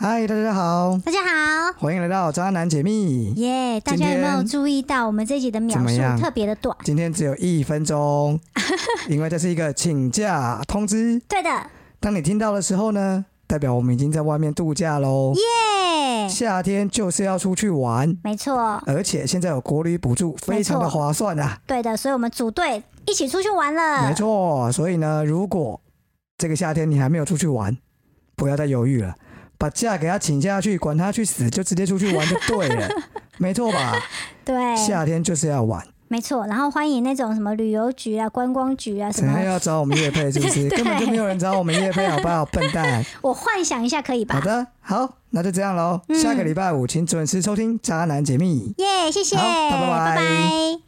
嗨，大家好，大家好，欢迎来到渣男解密。耶、大家有没有注意到我们这集的怎描么样述特别的短？今天只有一分 钟，因为这是一个请假通知。对的，当你听到的时候呢，代表我们已经在外面度假喽。耶、夏天就是要出去玩，没错，而且现在有国旅补助，非常的没错划算啊。对的，所以我们组队一起出去玩了。没，错，所以呢，如果这个夏天你还没有出去玩，不要再犹豫了，把假给他请下去，管他去死，就直接出去玩就对 了，没错吧？对，夏天就是要玩，没错。然后欢迎那种什么旅游局啊、观光局啊什怎么么，要找我们叶配是不是？ 对根本就没有人找我们叶配，好不好，笨 蛋？我幻想一下可以好吧？的，好，那就这样喽。嗯下个礼拜五请准时收听《渣男解密》。耶、谢谢，好拜拜拜拜